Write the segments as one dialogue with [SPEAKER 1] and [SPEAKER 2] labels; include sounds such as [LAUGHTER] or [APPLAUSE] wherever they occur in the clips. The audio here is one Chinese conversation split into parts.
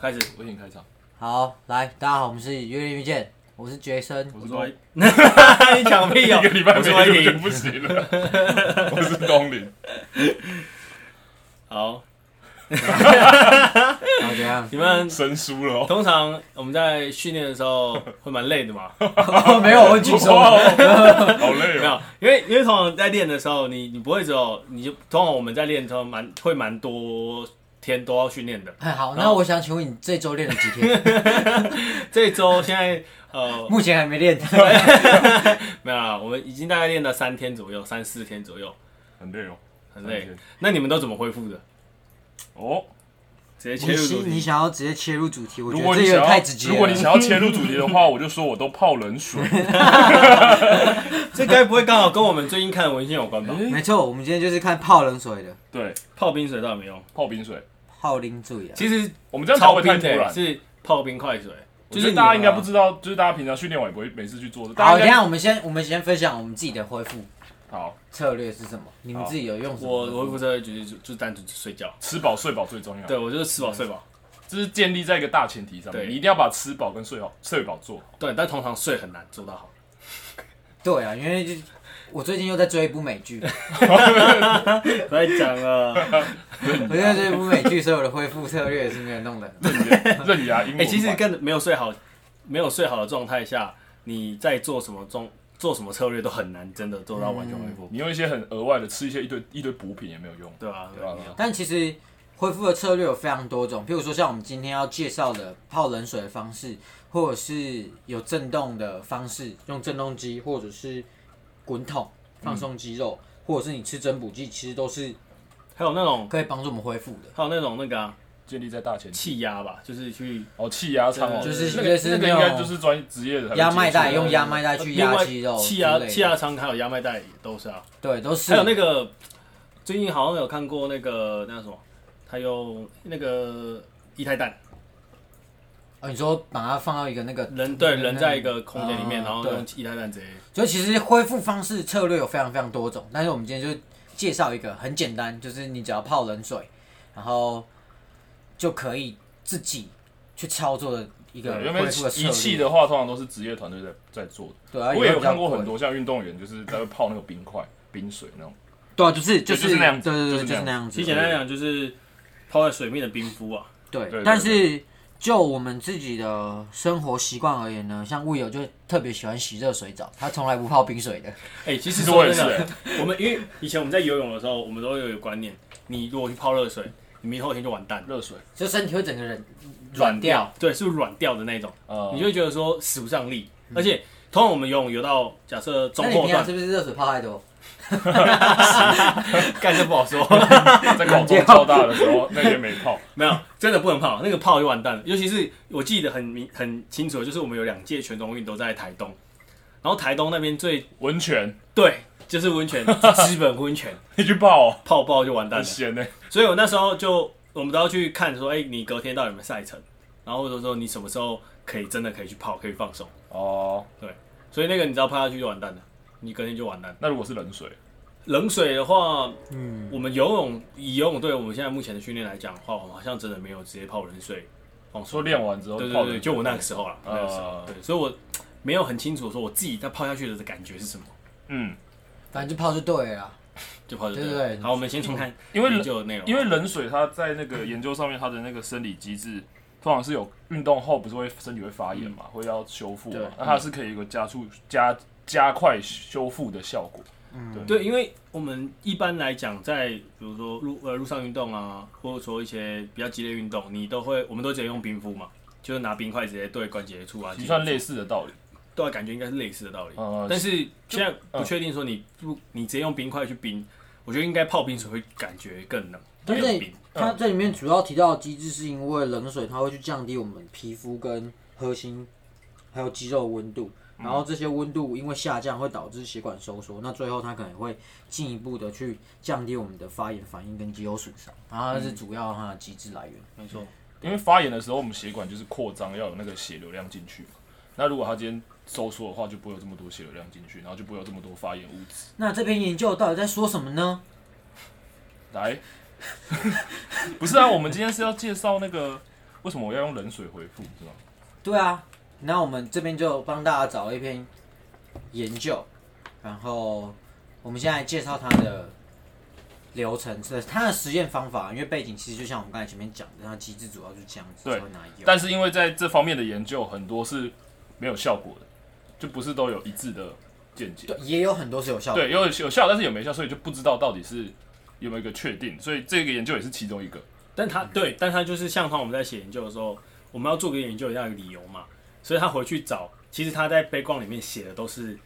[SPEAKER 1] 开始，我先开场。
[SPEAKER 2] 好，来，大家好，我们是约定遇见，我是杰森，
[SPEAKER 1] 我是说，
[SPEAKER 3] [LAUGHS] 你讲屁
[SPEAKER 1] [LAUGHS] 一
[SPEAKER 3] 哦
[SPEAKER 1] 个礼拜
[SPEAKER 3] 我
[SPEAKER 1] 没
[SPEAKER 3] 是威
[SPEAKER 1] 录就
[SPEAKER 3] 霆。
[SPEAKER 1] 不行了。我是东林，
[SPEAKER 3] 好，？
[SPEAKER 2] 然后怎样
[SPEAKER 1] [LAUGHS]
[SPEAKER 3] 你们
[SPEAKER 1] 生疏了哦。
[SPEAKER 3] 通常我们在训练的时候会蛮累的
[SPEAKER 1] [LAUGHS]
[SPEAKER 3] 嘛？
[SPEAKER 2] 哦，没有，我举 [LAUGHS] 手。
[SPEAKER 1] 哇哦 [LAUGHS] 好累
[SPEAKER 3] 没
[SPEAKER 1] 哦。
[SPEAKER 3] 有，因为因为通常在练的时候，你你不会只有你就通常我们在练的时候蛮会蛮多天都要训练的。 [LAUGHS]
[SPEAKER 2] 哎，好，那我想请问你这周练了几天？
[SPEAKER 3] 这一周现在呃 [LAUGHS]
[SPEAKER 2] [LAUGHS] 目前还没
[SPEAKER 1] [LAUGHS]
[SPEAKER 2] 练。
[SPEAKER 3] 没有啦，我们已经大概练了三天左右，三四天左右，
[SPEAKER 1] 很累哦，
[SPEAKER 3] 很累
[SPEAKER 1] 三天。
[SPEAKER 3] 那你们都怎么恢复的？
[SPEAKER 1] 哦。
[SPEAKER 3] 直接切
[SPEAKER 2] 你
[SPEAKER 3] 入主
[SPEAKER 2] 你
[SPEAKER 3] 题。
[SPEAKER 2] 想要直接切入主题，我
[SPEAKER 1] 如
[SPEAKER 2] 觉
[SPEAKER 1] 果
[SPEAKER 2] 得这
[SPEAKER 1] 你
[SPEAKER 2] 有
[SPEAKER 1] 想
[SPEAKER 2] 点
[SPEAKER 1] 要
[SPEAKER 2] 太直，接了。
[SPEAKER 1] 如果你想要切入主题的话，我 [LAUGHS] 就说我都泡冷水。
[SPEAKER 3] 这该不会刚好跟我们最近看的文献有关吧？
[SPEAKER 2] 没错，我们今天就是看泡冷水的，
[SPEAKER 1] 对，
[SPEAKER 3] 泡冰水倒没用，
[SPEAKER 1] 泡冰水。
[SPEAKER 2] 泡冷水啊。
[SPEAKER 3] 其实
[SPEAKER 2] [LAUGHS]
[SPEAKER 1] 我们这样才
[SPEAKER 3] 超
[SPEAKER 1] 会
[SPEAKER 3] 冰
[SPEAKER 1] 太突
[SPEAKER 3] 的
[SPEAKER 1] 然。
[SPEAKER 3] 是泡冰块水，
[SPEAKER 1] 我
[SPEAKER 3] 就是
[SPEAKER 1] 觉得
[SPEAKER 3] 你
[SPEAKER 1] 大家应该
[SPEAKER 3] 们啊
[SPEAKER 1] 不知道，就是大家平常训练完也不会每次去做。大
[SPEAKER 2] 好，等
[SPEAKER 1] 家应
[SPEAKER 2] 一
[SPEAKER 1] 该
[SPEAKER 2] 下我们先我们先分享我们自己的恢复
[SPEAKER 1] 好，
[SPEAKER 2] 策略是什么？你们自己有用什么？
[SPEAKER 3] 我我恢复这个就是就就单纯睡觉，
[SPEAKER 1] 吃饱睡饱最重要。
[SPEAKER 3] 对我就是吃饱睡饱，
[SPEAKER 1] 这是建立在一个大前提上面，
[SPEAKER 3] 对
[SPEAKER 1] 你一定要把吃饱跟睡好、睡饱做
[SPEAKER 3] [LAUGHS]
[SPEAKER 1] 好。
[SPEAKER 3] 对，但通常睡很难做到好。 [LAUGHS]
[SPEAKER 2] 对啊，因为就我最近又在追一部美
[SPEAKER 1] [LAUGHS]
[SPEAKER 2] 剧，
[SPEAKER 3] 不要讲了，
[SPEAKER 2] 我现在追一部美剧，所以我的恢复策略也是没有弄的。
[SPEAKER 1] 任牙英文
[SPEAKER 3] 哎、
[SPEAKER 1] 版
[SPEAKER 3] 其实跟没有睡好、没有睡好的状态下，你在做什么中做什么策略都很难真的做到完全恢复，
[SPEAKER 2] 嗯
[SPEAKER 1] 你用一些很额外的吃一些一堆一堆补品也没有用。
[SPEAKER 3] 对吧、
[SPEAKER 1] 对啊对啊
[SPEAKER 2] 但其实恢复的策略有非常多种，譬如说像我们今天要介绍的泡冷水的方式，或者是有震动的方式，用震动机或者是滚筒放松肌肉，或者是你吃增补剂，其实都是
[SPEAKER 3] 还有那种
[SPEAKER 2] 可以帮助我们恢复的。
[SPEAKER 3] 还有那种那个啊
[SPEAKER 1] 建立在大前提。
[SPEAKER 3] 气压吧，就是去
[SPEAKER 1] 哦，气压舱哦，
[SPEAKER 3] 就是
[SPEAKER 1] 那个
[SPEAKER 2] 类似
[SPEAKER 1] 那个
[SPEAKER 2] 那
[SPEAKER 1] 应
[SPEAKER 2] 种
[SPEAKER 1] 该就是专业职业的才会
[SPEAKER 2] 压麦带
[SPEAKER 1] 接触
[SPEAKER 2] 用压麦带去
[SPEAKER 3] 呃另
[SPEAKER 2] 压
[SPEAKER 3] 外
[SPEAKER 2] 肌肉之
[SPEAKER 3] 气
[SPEAKER 2] 类
[SPEAKER 3] 压
[SPEAKER 2] 的，
[SPEAKER 3] 气压舱还有压麦带也都是啊，
[SPEAKER 2] 对，都是
[SPEAKER 3] 还有那个最近好像有看过那个那叫什么，还有那个液态氮。
[SPEAKER 2] 哦，你说把它放到一个那个
[SPEAKER 3] 人对人在一，个空间里哦面，
[SPEAKER 2] 嗯
[SPEAKER 3] 然后
[SPEAKER 2] 对
[SPEAKER 3] 用液态氮直接
[SPEAKER 2] 就其实恢复方式策略有非常非常多种，但是我们今天就介绍一个很简单，就是你只要泡冷水，然后就可以自己去操作的一个
[SPEAKER 1] 对，因
[SPEAKER 2] 恢
[SPEAKER 1] 为
[SPEAKER 2] 复的策
[SPEAKER 1] 仪器
[SPEAKER 2] 略。
[SPEAKER 1] 的话，通常都是职业团队在在做的。
[SPEAKER 2] 对啊，
[SPEAKER 1] 我也有
[SPEAKER 2] 比较
[SPEAKER 1] 看过很
[SPEAKER 2] 贵，
[SPEAKER 1] 多像运动员，就是在泡那个冰块、冰水那种。
[SPEAKER 2] 对啊，就是
[SPEAKER 1] 对
[SPEAKER 2] 是
[SPEAKER 1] 就是那样子
[SPEAKER 2] 对对对，
[SPEAKER 1] 就是是那
[SPEAKER 2] 那样
[SPEAKER 3] 其
[SPEAKER 2] 子
[SPEAKER 3] 实，简单来讲就是泡在水面的冰敷啊，
[SPEAKER 1] 对对
[SPEAKER 2] 对。但是就我们自己的生活习惯而言呢，像魏友就特别喜欢洗热水澡，他从来不泡冰水
[SPEAKER 1] [LAUGHS]
[SPEAKER 2] 的。
[SPEAKER 3] 哎、其
[SPEAKER 1] 其
[SPEAKER 3] 实
[SPEAKER 1] 实我
[SPEAKER 3] 说
[SPEAKER 1] 也
[SPEAKER 3] 真
[SPEAKER 1] 是，
[SPEAKER 3] 的，
[SPEAKER 1] 哎
[SPEAKER 3] [LAUGHS] 我们因为以前我们在游泳的时候，我们都有一个观念，你如果去泡热水，你明后天就完蛋了，
[SPEAKER 1] 热水，
[SPEAKER 2] 就身体会整个人软掉，
[SPEAKER 3] 对，是软掉哦的那种，
[SPEAKER 1] 呃，
[SPEAKER 3] 你就会觉得说使不上力，而且通常我们游泳游到假设中
[SPEAKER 2] 那你
[SPEAKER 3] 后
[SPEAKER 2] 平常
[SPEAKER 3] 段，
[SPEAKER 2] 是不是热水泡太多？
[SPEAKER 3] 干这不好说，
[SPEAKER 1] 在高中超大的时候，那天没泡。
[SPEAKER 3] [LAUGHS] 没有，真的不能泡，那个泡就完蛋了。尤其是我记得很明很清楚，就是我们有两届全中运都在台东，然后台东那边最
[SPEAKER 1] 温泉，
[SPEAKER 3] 对就是温泉， [LAUGHS] 资本温泉。 [LAUGHS]
[SPEAKER 1] 你去泡哦，
[SPEAKER 3] 泡爆就完蛋
[SPEAKER 1] 很
[SPEAKER 3] 了。
[SPEAKER 1] 咸呢。
[SPEAKER 3] 所以我那时候就我们都要去看说，哎、你隔天到底有没有赛程，然后或者说你什么时候可以真的可以去泡，可以放松。
[SPEAKER 1] 哦，
[SPEAKER 3] 所以那个你知道泡下去就完蛋了，你隔天就完蛋。
[SPEAKER 1] 那如果是冷水，
[SPEAKER 3] 冷水的话，
[SPEAKER 2] 嗯，
[SPEAKER 3] 我们游泳以游泳队我们现在目前的训练来讲的话，我们好像真的没有直接泡冷水放松。
[SPEAKER 1] 说练完之后
[SPEAKER 3] 对对
[SPEAKER 1] 泡
[SPEAKER 3] 对，
[SPEAKER 1] 冷
[SPEAKER 3] 就我那个时候啦，
[SPEAKER 1] 呃
[SPEAKER 3] 那个时候，对，所以我没有很清楚说我自己在泡下去的感觉是什么，
[SPEAKER 1] 嗯，
[SPEAKER 2] 反正就泡就对了啦。
[SPEAKER 3] 就泡下去。
[SPEAKER 2] 对对对
[SPEAKER 3] 好，我们先重看
[SPEAKER 1] 因为冷
[SPEAKER 3] 研究的内容，
[SPEAKER 1] 因为冷水它在那个研究上面，它的那个生理机制，通常是有运动后不是会身体会发炎嘛，会要修复
[SPEAKER 2] 对
[SPEAKER 1] 嘛，那它是可以有个加速加加快修复的效果。嗯，
[SPEAKER 3] 对，因为我们一般来讲，在比如说路呃路上运动啊，或者说一些比较激烈运动，你都会我们都直接用冰敷嘛，就是拿冰块直接对关节处啊，
[SPEAKER 1] 其实算类似的道理。
[SPEAKER 3] 对啊，感觉应该是类似的道理。
[SPEAKER 1] 呃，
[SPEAKER 3] 但是现在
[SPEAKER 1] 嗯
[SPEAKER 3] 不确定说你不你直接用冰块去冰，我觉得应该泡冰水会感觉更冷，
[SPEAKER 2] 对
[SPEAKER 3] 更冰。
[SPEAKER 2] 它这里面主要提到的机制，是因为冷水它会去降低我们皮肤跟核心还有肌肉的温度，然后这些温度因为下降会导致血管收缩，那最后它可能会进一步的去降低我们的发炎反应跟肌肉损伤，然后它是主要它的机制来源。
[SPEAKER 3] 没错，
[SPEAKER 1] 因为发炎的时候，我们血管就是扩张，要有那个血流量进去嘛。那如果它今天收缩的话，就不会有这么多血流量进去，然后就不会有这么多发炎物质。
[SPEAKER 2] 那这篇研究到底在说什么呢？
[SPEAKER 1] [LAUGHS] 来，不是啊，我们今天是要介绍那个为什么我要用冷水回复？是吗？
[SPEAKER 2] 对啊，那我们这边就帮大家找了一篇研究，然后我们现在介绍它的流程，是它的实验方法，因为背景其实就像我们刚才前面讲的，它机制主要就是这样子，
[SPEAKER 1] 对
[SPEAKER 2] 才会拿来用。
[SPEAKER 1] 但是因为在这方面的研究很多是没有效果的，就不是都有一致的见解。
[SPEAKER 2] 对，也有很多是有效果。
[SPEAKER 1] 对，有有效，但是有没效，所以就不知道到底是有没有一个确定。所以这个研究也是其中一个。
[SPEAKER 3] 但他对，但他就是像他我们在写研究的时候，我们要做个研究要有理由嘛，所以他回去找，其实他在背光里面写的都是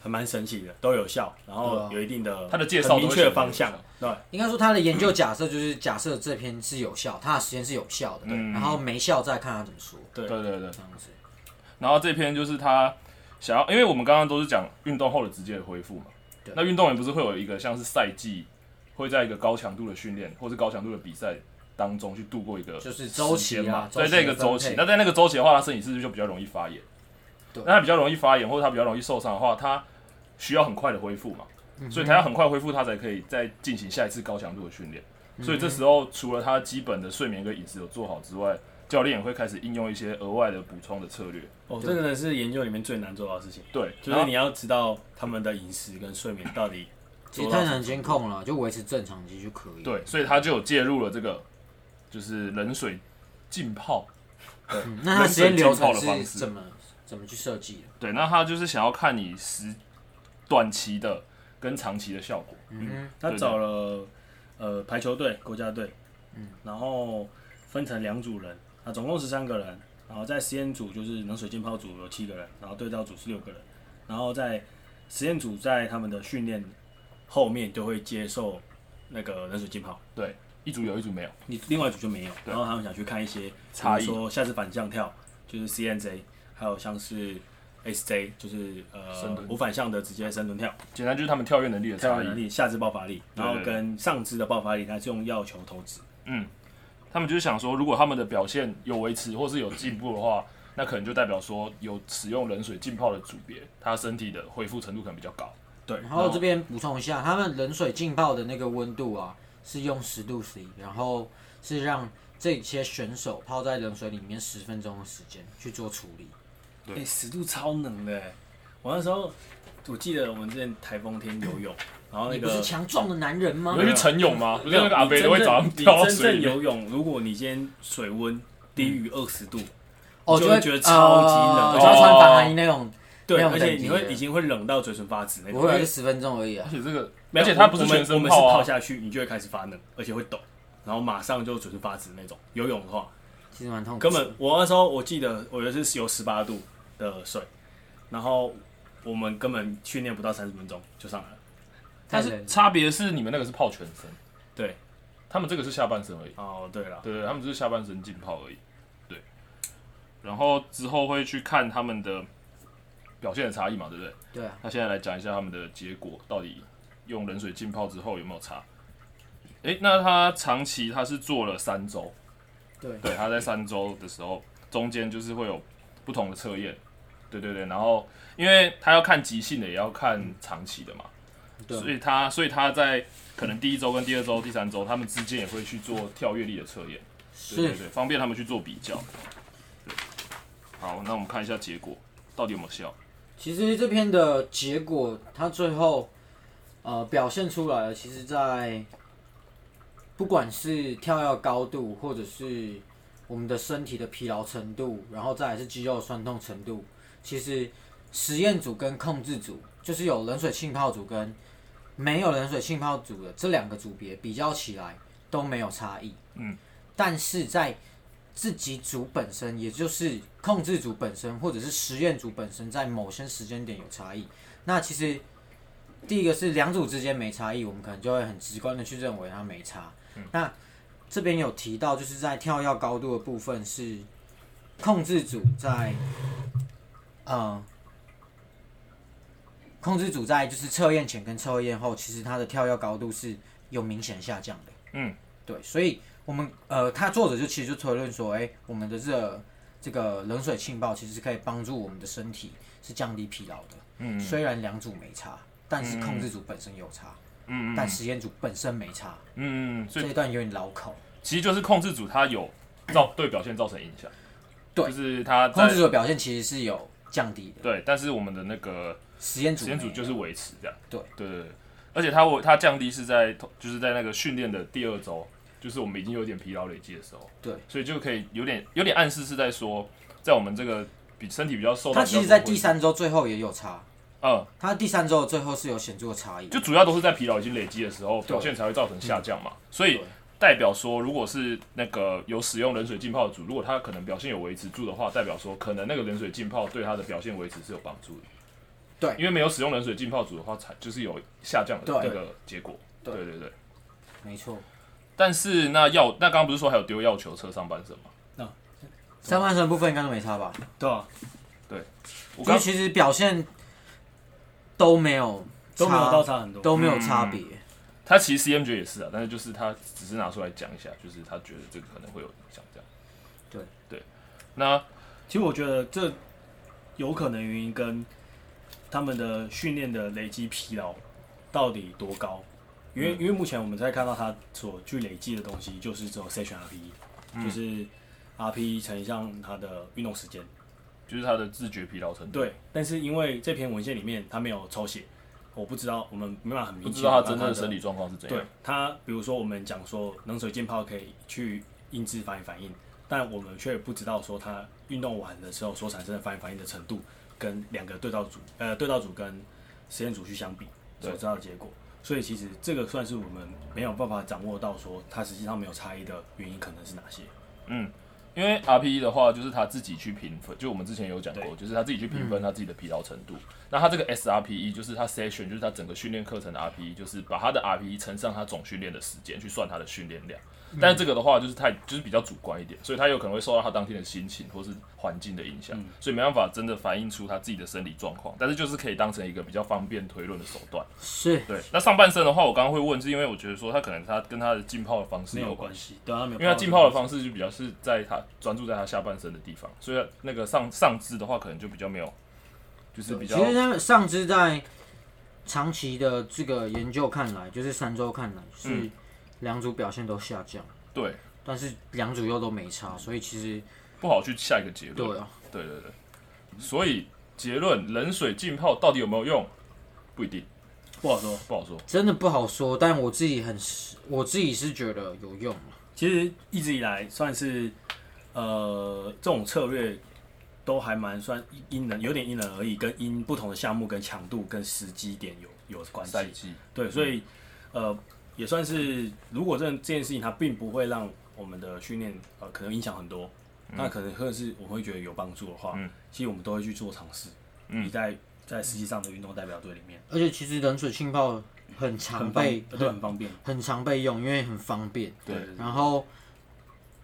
[SPEAKER 3] 很蛮神奇的，都有效，然
[SPEAKER 2] 对啊
[SPEAKER 3] 后有一定的
[SPEAKER 1] 他的介绍
[SPEAKER 3] 很明
[SPEAKER 1] 都会
[SPEAKER 3] 确
[SPEAKER 1] 写
[SPEAKER 3] 的
[SPEAKER 1] 得
[SPEAKER 3] 方
[SPEAKER 1] 很
[SPEAKER 3] 向
[SPEAKER 1] 有效，
[SPEAKER 3] 对，
[SPEAKER 2] 应该说它的研究假设就是假设这篇是有效，它的实验是有效的，
[SPEAKER 1] 嗯
[SPEAKER 2] 然后没效再看它怎么说，
[SPEAKER 1] 对
[SPEAKER 3] 对
[SPEAKER 1] 对对。
[SPEAKER 2] 这样子。
[SPEAKER 1] 然后这篇就是他想要，因为我们刚刚都是讲运动后的直接的恢复嘛
[SPEAKER 2] 对。
[SPEAKER 1] 那运动员不是会有一个像是赛季，会在一个高强度的训练或是高强度的比赛当中去度过一个
[SPEAKER 2] 就是周期啊
[SPEAKER 1] 时间嘛，
[SPEAKER 2] 周
[SPEAKER 1] 在
[SPEAKER 2] 期的
[SPEAKER 1] 这个周期
[SPEAKER 2] 分。配
[SPEAKER 1] 那在那个周期的话，他身体是不是就比较容易发炎？
[SPEAKER 2] 对
[SPEAKER 1] 那他比较容易发炎，或者他比较容易受伤的话，他需要很快的恢复嘛，
[SPEAKER 2] 嗯
[SPEAKER 1] 所以他要很快恢复，他才可以再进行下一次高强度的训练。
[SPEAKER 2] 嗯
[SPEAKER 1] 所以这时候除了他基本的睡眠跟饮食有做好之外，教练也会开始应用一些额外的补充的策略。
[SPEAKER 3] 哦，这真的是研究里面最难做到的事情，
[SPEAKER 1] 对，
[SPEAKER 3] 就
[SPEAKER 1] 然后
[SPEAKER 3] 是你要知道他们的饮食跟睡眠到底
[SPEAKER 2] 其实
[SPEAKER 3] 做到
[SPEAKER 2] 太
[SPEAKER 3] 什么
[SPEAKER 2] 难监控了，就维持正常期就可以。，
[SPEAKER 1] 对，所以他就有介入了这个，就是冷水浸泡。
[SPEAKER 2] 嗯、那它实验流程是怎么怎么去设计的？
[SPEAKER 1] 对，那他就是想要看你时短期的跟长期的效果。
[SPEAKER 2] 嗯
[SPEAKER 3] 他找了呃排球队、国家队，嗯，然后分成两组人，啊，总共十三个人，然后在实验组就是冷水浸泡组有七个人，然后对照组是六个人，然后在实验组在他们的训练后面就会接受那个冷水浸泡，
[SPEAKER 1] 对，一组有一组没有。
[SPEAKER 3] 你另外一组就没有，然后他们想去看一些
[SPEAKER 1] 差异
[SPEAKER 3] 比如说下肢反向跳就是 CNJ，还有像是 SJ 就是
[SPEAKER 1] 深
[SPEAKER 3] 呃
[SPEAKER 1] 蹲
[SPEAKER 3] 无反向的直接深蹲跳。
[SPEAKER 1] 简单就是他们跳跃能力的
[SPEAKER 3] 跳
[SPEAKER 1] 差
[SPEAKER 3] 跃能
[SPEAKER 1] 异。
[SPEAKER 3] 力、下肢爆发力，
[SPEAKER 1] 对
[SPEAKER 3] 然后跟上肢的爆发力，它是用药球投掷。
[SPEAKER 1] 他们就是想说，如果他们的表现有维持或是有进步的话，那可能就代表说有使用冷水浸泡的组别，他身体的恢复程度可能比较高。
[SPEAKER 3] 对，
[SPEAKER 2] 然后这边补充一下，他们冷水浸泡的那个温度啊，是用十度 C，然后是让这些选手泡在冷水里面十分钟的时间去做处理。
[SPEAKER 3] 哎、十度超冷的欸。我那时候我记得我们之前台风天游泳，然后那
[SPEAKER 2] 你不是
[SPEAKER 3] 个
[SPEAKER 2] 强壮的男人吗
[SPEAKER 1] 你？会去晨泳吗？不是那个阿
[SPEAKER 3] 嗯你
[SPEAKER 1] 北
[SPEAKER 3] 真
[SPEAKER 1] 都会
[SPEAKER 3] 正
[SPEAKER 1] 早上跳到
[SPEAKER 3] 你真
[SPEAKER 1] 水
[SPEAKER 3] 正
[SPEAKER 1] 里面。
[SPEAKER 3] 游泳，如果你今天水温低于二十度，
[SPEAKER 2] 哦，
[SPEAKER 3] 就
[SPEAKER 2] 会
[SPEAKER 3] 会觉得超级冷
[SPEAKER 2] 呃就要穿防寒衣那种。
[SPEAKER 3] 对，
[SPEAKER 2] 那种
[SPEAKER 3] 而且
[SPEAKER 2] 等级
[SPEAKER 3] 你
[SPEAKER 2] 的
[SPEAKER 3] 会已经会冷到嘴唇发紫那
[SPEAKER 2] 我
[SPEAKER 3] 种。
[SPEAKER 2] 会也是十分钟而已啊
[SPEAKER 1] [LAUGHS] 而。且这个，
[SPEAKER 3] 没
[SPEAKER 1] 而
[SPEAKER 3] 有
[SPEAKER 1] 且它不是
[SPEAKER 3] 我们
[SPEAKER 1] 全身
[SPEAKER 3] 我们是
[SPEAKER 1] 泡
[SPEAKER 3] 泡
[SPEAKER 1] 啊，
[SPEAKER 3] 下去，你就会开始发冷，而且会抖，然后马上就嘴唇发紫那种。游泳的话，
[SPEAKER 2] 其实蛮痛苦。
[SPEAKER 3] 根本我那时候我记得我有一次有十八度的水，然后我们根本训练不到三十分钟就上来了。
[SPEAKER 2] 太
[SPEAKER 1] 但
[SPEAKER 2] 冷
[SPEAKER 1] 是
[SPEAKER 2] 了，
[SPEAKER 1] 差别是你们那个是泡全身，
[SPEAKER 3] 对，
[SPEAKER 1] 他们这个是下半身而已。
[SPEAKER 3] 哦对了，
[SPEAKER 1] 对对，他们只是下半身浸泡而已。对，然后之后会去看他们的表现的差异嘛，对不对？
[SPEAKER 2] 对啊，
[SPEAKER 1] 那现在来讲一下他们的结果，到底用冷水浸泡之后有没有差？诶，那他长期他是做了三周，
[SPEAKER 2] 对啊
[SPEAKER 1] 对，他在三周的时候，中间就是会有不同的测验，对对对，然后因为他要看急性的，也要看长期的嘛，
[SPEAKER 2] 对啊
[SPEAKER 1] 所以他所以他在可能第一周跟第二周、第三周，他们之间也会去做跳跃力的测验，对
[SPEAKER 2] 是
[SPEAKER 1] 对对，方便他们去做比较。对好，那我们看一下结果到底有没有效。
[SPEAKER 2] 其实这篇的结果，它最后呃表现出来了，其实在呃不管是跳跃高度，或者是我们的身体的疲劳程度，然后再来是肌肉酸痛程度，其实实验组跟控制组，就是有冷水浸泡组跟没有冷水浸泡组的这两个组别比较起来都没有差异。
[SPEAKER 1] 嗯，
[SPEAKER 2] 但是在自己组本身，也就是控制组本身，或者是实验组本身，在某些时间点有差异。那其实第一个是两组之间没差异，我们可能就会很直观的去认为它没差。那这边有提到，就是在跳跃高度的部分是控制组在，嗯，控制组在就是测验前跟测验后，其实它的跳跃高度是有明显下降的。
[SPEAKER 1] 嗯，
[SPEAKER 2] 对，所以我们呃，他作者就其实就推论说，哎、我们的这这个冷水浸泡其实可以帮助我们的身体是降低疲劳的。
[SPEAKER 1] 嗯
[SPEAKER 2] 虽然两组没差，但是控制组本身有差，
[SPEAKER 1] 嗯嗯
[SPEAKER 2] 但实验组本身没差，
[SPEAKER 1] 嗯，所以
[SPEAKER 2] 这一段有点绕口。
[SPEAKER 1] 其实就是控制组它有造对表现造成影响。
[SPEAKER 2] 对
[SPEAKER 1] 就是他
[SPEAKER 2] 控
[SPEAKER 1] 在
[SPEAKER 2] 制者表现其实是有降低的，
[SPEAKER 1] 对，但是我们的那个
[SPEAKER 2] 实验组
[SPEAKER 1] 实验组
[SPEAKER 2] 没有
[SPEAKER 1] 就是维持这样。
[SPEAKER 2] 对
[SPEAKER 1] 对对对，而且他我他降低是在就是在那个训练的第二周，就是我们已经有点疲劳累积的时候。
[SPEAKER 2] 对，
[SPEAKER 1] 所以就可以有点有点暗示是在说，在我们这个比身体比较受到
[SPEAKER 2] 他
[SPEAKER 1] 比较
[SPEAKER 2] 其
[SPEAKER 1] 多
[SPEAKER 2] 实，在
[SPEAKER 1] 问题
[SPEAKER 2] 第三周最后也有差，
[SPEAKER 1] 嗯，
[SPEAKER 2] 他第三周的最后是有显著的差异。
[SPEAKER 1] 就主要都是在疲劳已经累积的时候，表现才会造成下降
[SPEAKER 2] 嗯
[SPEAKER 1] 嘛。所以
[SPEAKER 2] 对
[SPEAKER 1] 代表说，如果是那个有使用冷水浸泡的组，如果他可能表现有维持住的话，代表说可能那个冷水浸泡对他的表现维持是有帮助的。
[SPEAKER 2] 对
[SPEAKER 1] 因为没有使用冷水浸泡组的话，才就是有下降的
[SPEAKER 2] 对
[SPEAKER 1] 那个结果。对对对。
[SPEAKER 2] 没错，
[SPEAKER 1] 但是那药，那刚刚不是说还有丢药球车上半身吗？
[SPEAKER 2] 上半身部分应该都没差吧？
[SPEAKER 3] 对啊，
[SPEAKER 1] 我
[SPEAKER 2] 因
[SPEAKER 1] 刚
[SPEAKER 2] 为其实表现都没有
[SPEAKER 3] 都没有到
[SPEAKER 2] 差，
[SPEAKER 3] 差很多。
[SPEAKER 2] 都没
[SPEAKER 1] 嗯
[SPEAKER 2] 有差别。
[SPEAKER 1] 他其实 CM 觉得也是啊，但是就是他只是拿出来讲一下，就是他觉得这个可能会有影响这样。
[SPEAKER 2] 对
[SPEAKER 1] 对，那
[SPEAKER 3] 其实我觉得这有可能原因跟他们的训练的累积疲劳到底多高，因为、因为目前我们在看到他所去累积的东西，就是只有 session RPE，、就是 RPE 乘以上他的运动时间。
[SPEAKER 1] 就是他的自觉疲劳程度。
[SPEAKER 3] 对，但是因为这篇文献里面他没有抽血，我不知道，我们没办法很明
[SPEAKER 1] 不
[SPEAKER 3] 确
[SPEAKER 1] 知道
[SPEAKER 3] 地
[SPEAKER 1] 他真
[SPEAKER 3] 把
[SPEAKER 1] 正的生理状况是怎样
[SPEAKER 3] 对。它，比如说我们讲说冷水浸泡可以去抑制反应反应，但我们却不知道说它运动完的时候所产生的反应反应的程度，跟两个对照组呃对照组跟实验组去相比所知道的结果。所以其实这个算是我们没有办法掌握到说它实际上没有差异的原因可能是哪些。
[SPEAKER 1] 因为 RPE 的话，就是他自己去评分，就我们之前有讲过，就是他自己去
[SPEAKER 3] 嗯
[SPEAKER 1] 评分他自己的疲劳程度。那他这个 SRPE E 就是他 session，就是他整个训练课程的 RPE，就是把他的 RPE 乘上他总训练的时间去算他的训练量。
[SPEAKER 3] 嗯
[SPEAKER 1] 但是这个的话，就是太就是比较主观一点，所以他有可能会受到他当天的心情或是环境的影
[SPEAKER 3] 嗯
[SPEAKER 1] 响，所以没办法真的反映出他自己的生理状况。但是就是可以当成一个比较方便推论的手段。
[SPEAKER 2] 是
[SPEAKER 1] 对，那上半身的话，我刚刚会问，是因为我觉得说他可能他跟他的浸泡的方式
[SPEAKER 3] 没有
[SPEAKER 1] 有关
[SPEAKER 3] 关系，对啊，没有，
[SPEAKER 1] 因为他浸泡的方式就比较是在他专注在他下半身的地方，所以那个上上肢的话，可能就比较没有，就是比
[SPEAKER 2] 其
[SPEAKER 1] 较
[SPEAKER 2] 实他们上肢在长期的这个研究看来，就是三周看来是
[SPEAKER 1] 嗯
[SPEAKER 2] 两组表现都下降，
[SPEAKER 1] 对
[SPEAKER 2] 但是两组又都没差，所以其实
[SPEAKER 1] 不好去下一个结论。
[SPEAKER 2] 对啊，
[SPEAKER 1] 对对对，所以结论冷水浸泡到底有没有用，不一定，
[SPEAKER 3] 不好说。
[SPEAKER 1] 不好说。
[SPEAKER 2] 真的不好说。但我自己很是，我自己是觉得有用啊。
[SPEAKER 3] 其实一直以来算是呃这种策略都还蛮算因人有点因人而异，跟因不同的项目跟强度跟时机点有有关系
[SPEAKER 1] 赛。季
[SPEAKER 3] 对，所以呃也算是如果这这件事情它并不会让我们的训练呃可能影响很多，那可能或者是我会觉得有帮助的话，
[SPEAKER 1] 嗯
[SPEAKER 3] 其实我们都会去做尝试。你在在实际上的运动代表队里面，
[SPEAKER 2] 而且其实冷水浸泡很常
[SPEAKER 3] 很方
[SPEAKER 2] 被
[SPEAKER 3] 对很方便，
[SPEAKER 2] 很常被用，因为很方便。
[SPEAKER 1] 对
[SPEAKER 3] 对
[SPEAKER 2] 然后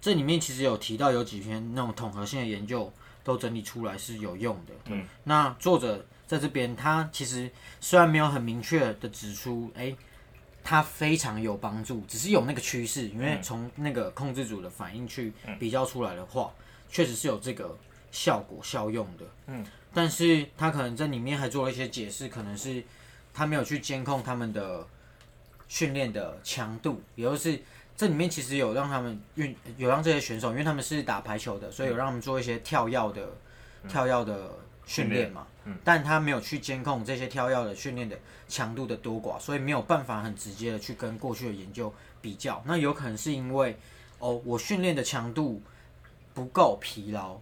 [SPEAKER 2] 这里面其实有提到有几篇那种统合性的研究都整理出来是有用的。
[SPEAKER 1] 嗯，
[SPEAKER 2] 那作者在这边他其实虽然没有很明确的指出，哎，它非常有帮助，只是有那个趋势，因
[SPEAKER 1] 嗯
[SPEAKER 2] 为从那个控制组的反应去比较出来的话，确实是有这个效果效用的。嗯，但是他可能在里面还做了一些解释，可能是他没有去监控他们的训练的强度，也就是这里面其实有让他们运，有让这些选手，因为他们是打排球的，所以有让他们做一些跳跃的、跳跃的嗯训练嗯嘛。但他没有去监控这些跳跃的训练的强度的多寡，所以没有办法很直接的去跟过去的研究比较。那有可能是因为哦，我训练的强度不够疲劳，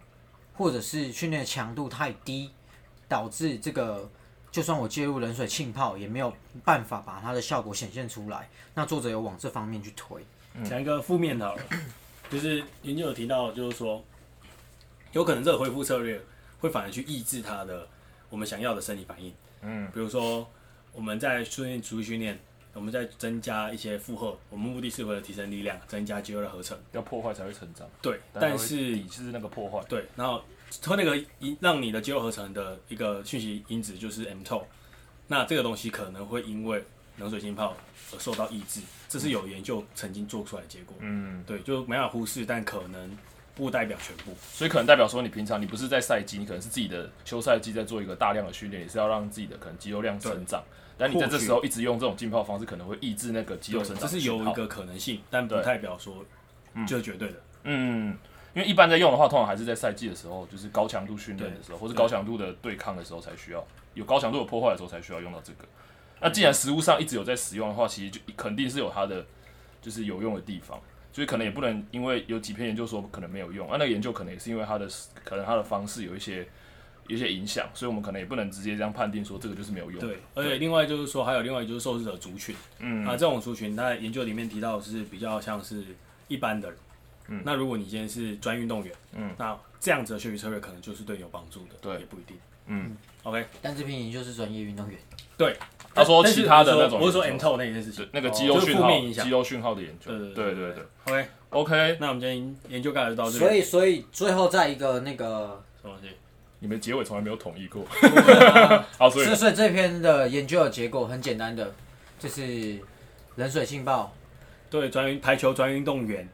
[SPEAKER 2] 或者是训练的强度太低，导致这个就算我介入冷水浸泡，也没有办法把它的效果显现出来。那作者有往这方面去推，
[SPEAKER 3] 讲一个负面的好 [COUGHS] 了，就是研究有提到，就是说，有可能这个恢复策略会反而去抑制它的我们想要的生理反应。嗯，比如说我们在训练主力训练，我们在增加一些负荷，我们目的是为了提升力量，增加肌肉的合成。
[SPEAKER 1] 要破坏才会成长，
[SPEAKER 3] 对，
[SPEAKER 1] 它
[SPEAKER 3] 但
[SPEAKER 1] 会
[SPEAKER 3] 是
[SPEAKER 1] 抵制那个破坏。
[SPEAKER 3] 对，然后和那个因让你的肌肉合成的一个讯息因子就是 mTOR，那这个东西可能会因为冷水浸泡而受到抑制，这是有研究曾经做出来的结果。
[SPEAKER 1] 嗯，
[SPEAKER 3] 对，就没法忽视，但可能不代表全部。
[SPEAKER 1] 所以可能代表说，你平常你不是在赛季，你可能是自己的休赛季在做一个大量的训练，也是要让自己的可能肌肉量成长。但你在这时候一直用这种浸泡方式，可能会抑制那个肌肉
[SPEAKER 3] 对
[SPEAKER 1] 生长
[SPEAKER 3] 这
[SPEAKER 1] 的
[SPEAKER 3] 是
[SPEAKER 1] 讯号。嗯
[SPEAKER 3] 有一个可能性，但不
[SPEAKER 1] 对
[SPEAKER 3] 代表说就是绝对的。
[SPEAKER 1] 嗯，因为一般在用的话，通常还是在赛季的时候，就是高强度训练的时候，或是
[SPEAKER 3] 对
[SPEAKER 1] 高强度的对抗的时候才需要，有高强度的破坏的时候才需要用到这个。那既然实物上一直有在使用的话，其实就肯定是有它的就是有用的地方，所以可能也不能因为有几篇研究说可能没有用，啊，那个研究可能也是因为它的可能它的方式有一些有一些影响，所以我们可能也不能直接这样判定说这个就是没有用。
[SPEAKER 3] 对，而且另外就是说，还有另外就是受试者族群，
[SPEAKER 1] 嗯
[SPEAKER 3] 啊，这种族群，它研究里面提到是比较像是一般的人，嗯，那如果你今天是专运动员，
[SPEAKER 1] 嗯，
[SPEAKER 3] 那这样子的学习策略可能就是对你有帮助的，
[SPEAKER 1] 对
[SPEAKER 3] 也不一定。
[SPEAKER 1] 嗯，
[SPEAKER 3] OK，
[SPEAKER 2] 但这篇研究是专业运动员，
[SPEAKER 3] 对，
[SPEAKER 1] 他说
[SPEAKER 3] 但是
[SPEAKER 1] 其他的
[SPEAKER 3] 我是
[SPEAKER 1] 那种
[SPEAKER 3] 说我是说
[SPEAKER 1] 研
[SPEAKER 3] M
[SPEAKER 1] 究
[SPEAKER 3] TO 那一件事情哦
[SPEAKER 1] 对，，那个肌肉
[SPEAKER 3] 就是
[SPEAKER 1] 讯
[SPEAKER 3] 负
[SPEAKER 1] 号、
[SPEAKER 3] 面影响
[SPEAKER 1] 肌。肉讯号的研究，
[SPEAKER 3] 对对
[SPEAKER 1] 对
[SPEAKER 3] 对
[SPEAKER 1] 对对。
[SPEAKER 3] OK，
[SPEAKER 1] OK，
[SPEAKER 3] 那我们今天研究概要到这
[SPEAKER 2] 所
[SPEAKER 3] 边，
[SPEAKER 2] 以所以最后在一个那个，
[SPEAKER 3] 什么东西？
[SPEAKER 1] 你们结尾从来没有统一过，
[SPEAKER 3] 啊
[SPEAKER 1] [LAUGHS] 好，所以
[SPEAKER 2] 所以所以这篇的研究的结果很简单的，就是冷水性爆
[SPEAKER 3] 对，专运排球专运动员，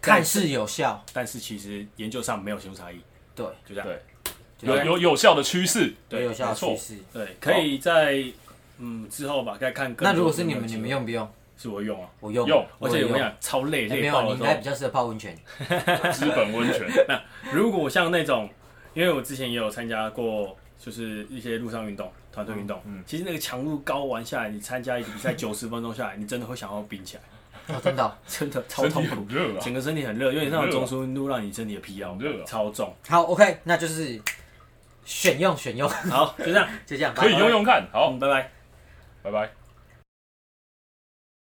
[SPEAKER 2] 看似有效，
[SPEAKER 3] 但是其实研究上没有显著差异，
[SPEAKER 2] 对，
[SPEAKER 3] 就这样。
[SPEAKER 1] 对
[SPEAKER 2] 就
[SPEAKER 1] 有
[SPEAKER 2] 是
[SPEAKER 1] 有有效的趋势，
[SPEAKER 3] 对
[SPEAKER 2] 有效的
[SPEAKER 1] 没错
[SPEAKER 2] 趋势。
[SPEAKER 3] 对，可以在嗯之后吧，再看更多。
[SPEAKER 2] 那如果是你
[SPEAKER 3] 有
[SPEAKER 2] 们，
[SPEAKER 3] 没有机会
[SPEAKER 2] 你们用不用？
[SPEAKER 3] 是我用啊，
[SPEAKER 2] 我用，
[SPEAKER 1] 用
[SPEAKER 3] 而且我
[SPEAKER 2] 有
[SPEAKER 3] 跟你讲，超累，
[SPEAKER 2] 没
[SPEAKER 3] 累
[SPEAKER 2] 有，
[SPEAKER 3] 爆
[SPEAKER 2] 你
[SPEAKER 3] 的
[SPEAKER 2] 应
[SPEAKER 3] 时
[SPEAKER 2] 该
[SPEAKER 3] 候
[SPEAKER 2] 比。较适合泡温泉。
[SPEAKER 1] 资本温泉， [LAUGHS]
[SPEAKER 3] 如果像那种，因为我之前也有参加过，就是一些路上运动、团队运动，
[SPEAKER 2] 嗯
[SPEAKER 3] 其实那个强度高玩下来，你参加一个
[SPEAKER 2] [LAUGHS]
[SPEAKER 3] 比赛九十分钟下来，你真的会想要冰起来，
[SPEAKER 2] 哦，真的哦。
[SPEAKER 3] 真
[SPEAKER 2] [LAUGHS]
[SPEAKER 3] 的超
[SPEAKER 1] 身
[SPEAKER 3] 痛
[SPEAKER 1] 体
[SPEAKER 3] 苦
[SPEAKER 1] 很，热啊，
[SPEAKER 3] 整个身体很热，有点那
[SPEAKER 1] 很
[SPEAKER 3] 种
[SPEAKER 1] 热
[SPEAKER 2] 啊
[SPEAKER 3] 中枢温度让你身体的疲劳
[SPEAKER 1] 很热啊
[SPEAKER 3] 超重。
[SPEAKER 2] 好，OK，那就是选用选用， [LAUGHS]
[SPEAKER 3] 好，就这样，
[SPEAKER 2] 就这样。拜
[SPEAKER 1] 可以用用看，好，
[SPEAKER 3] 嗯，拜拜。
[SPEAKER 1] 拜拜。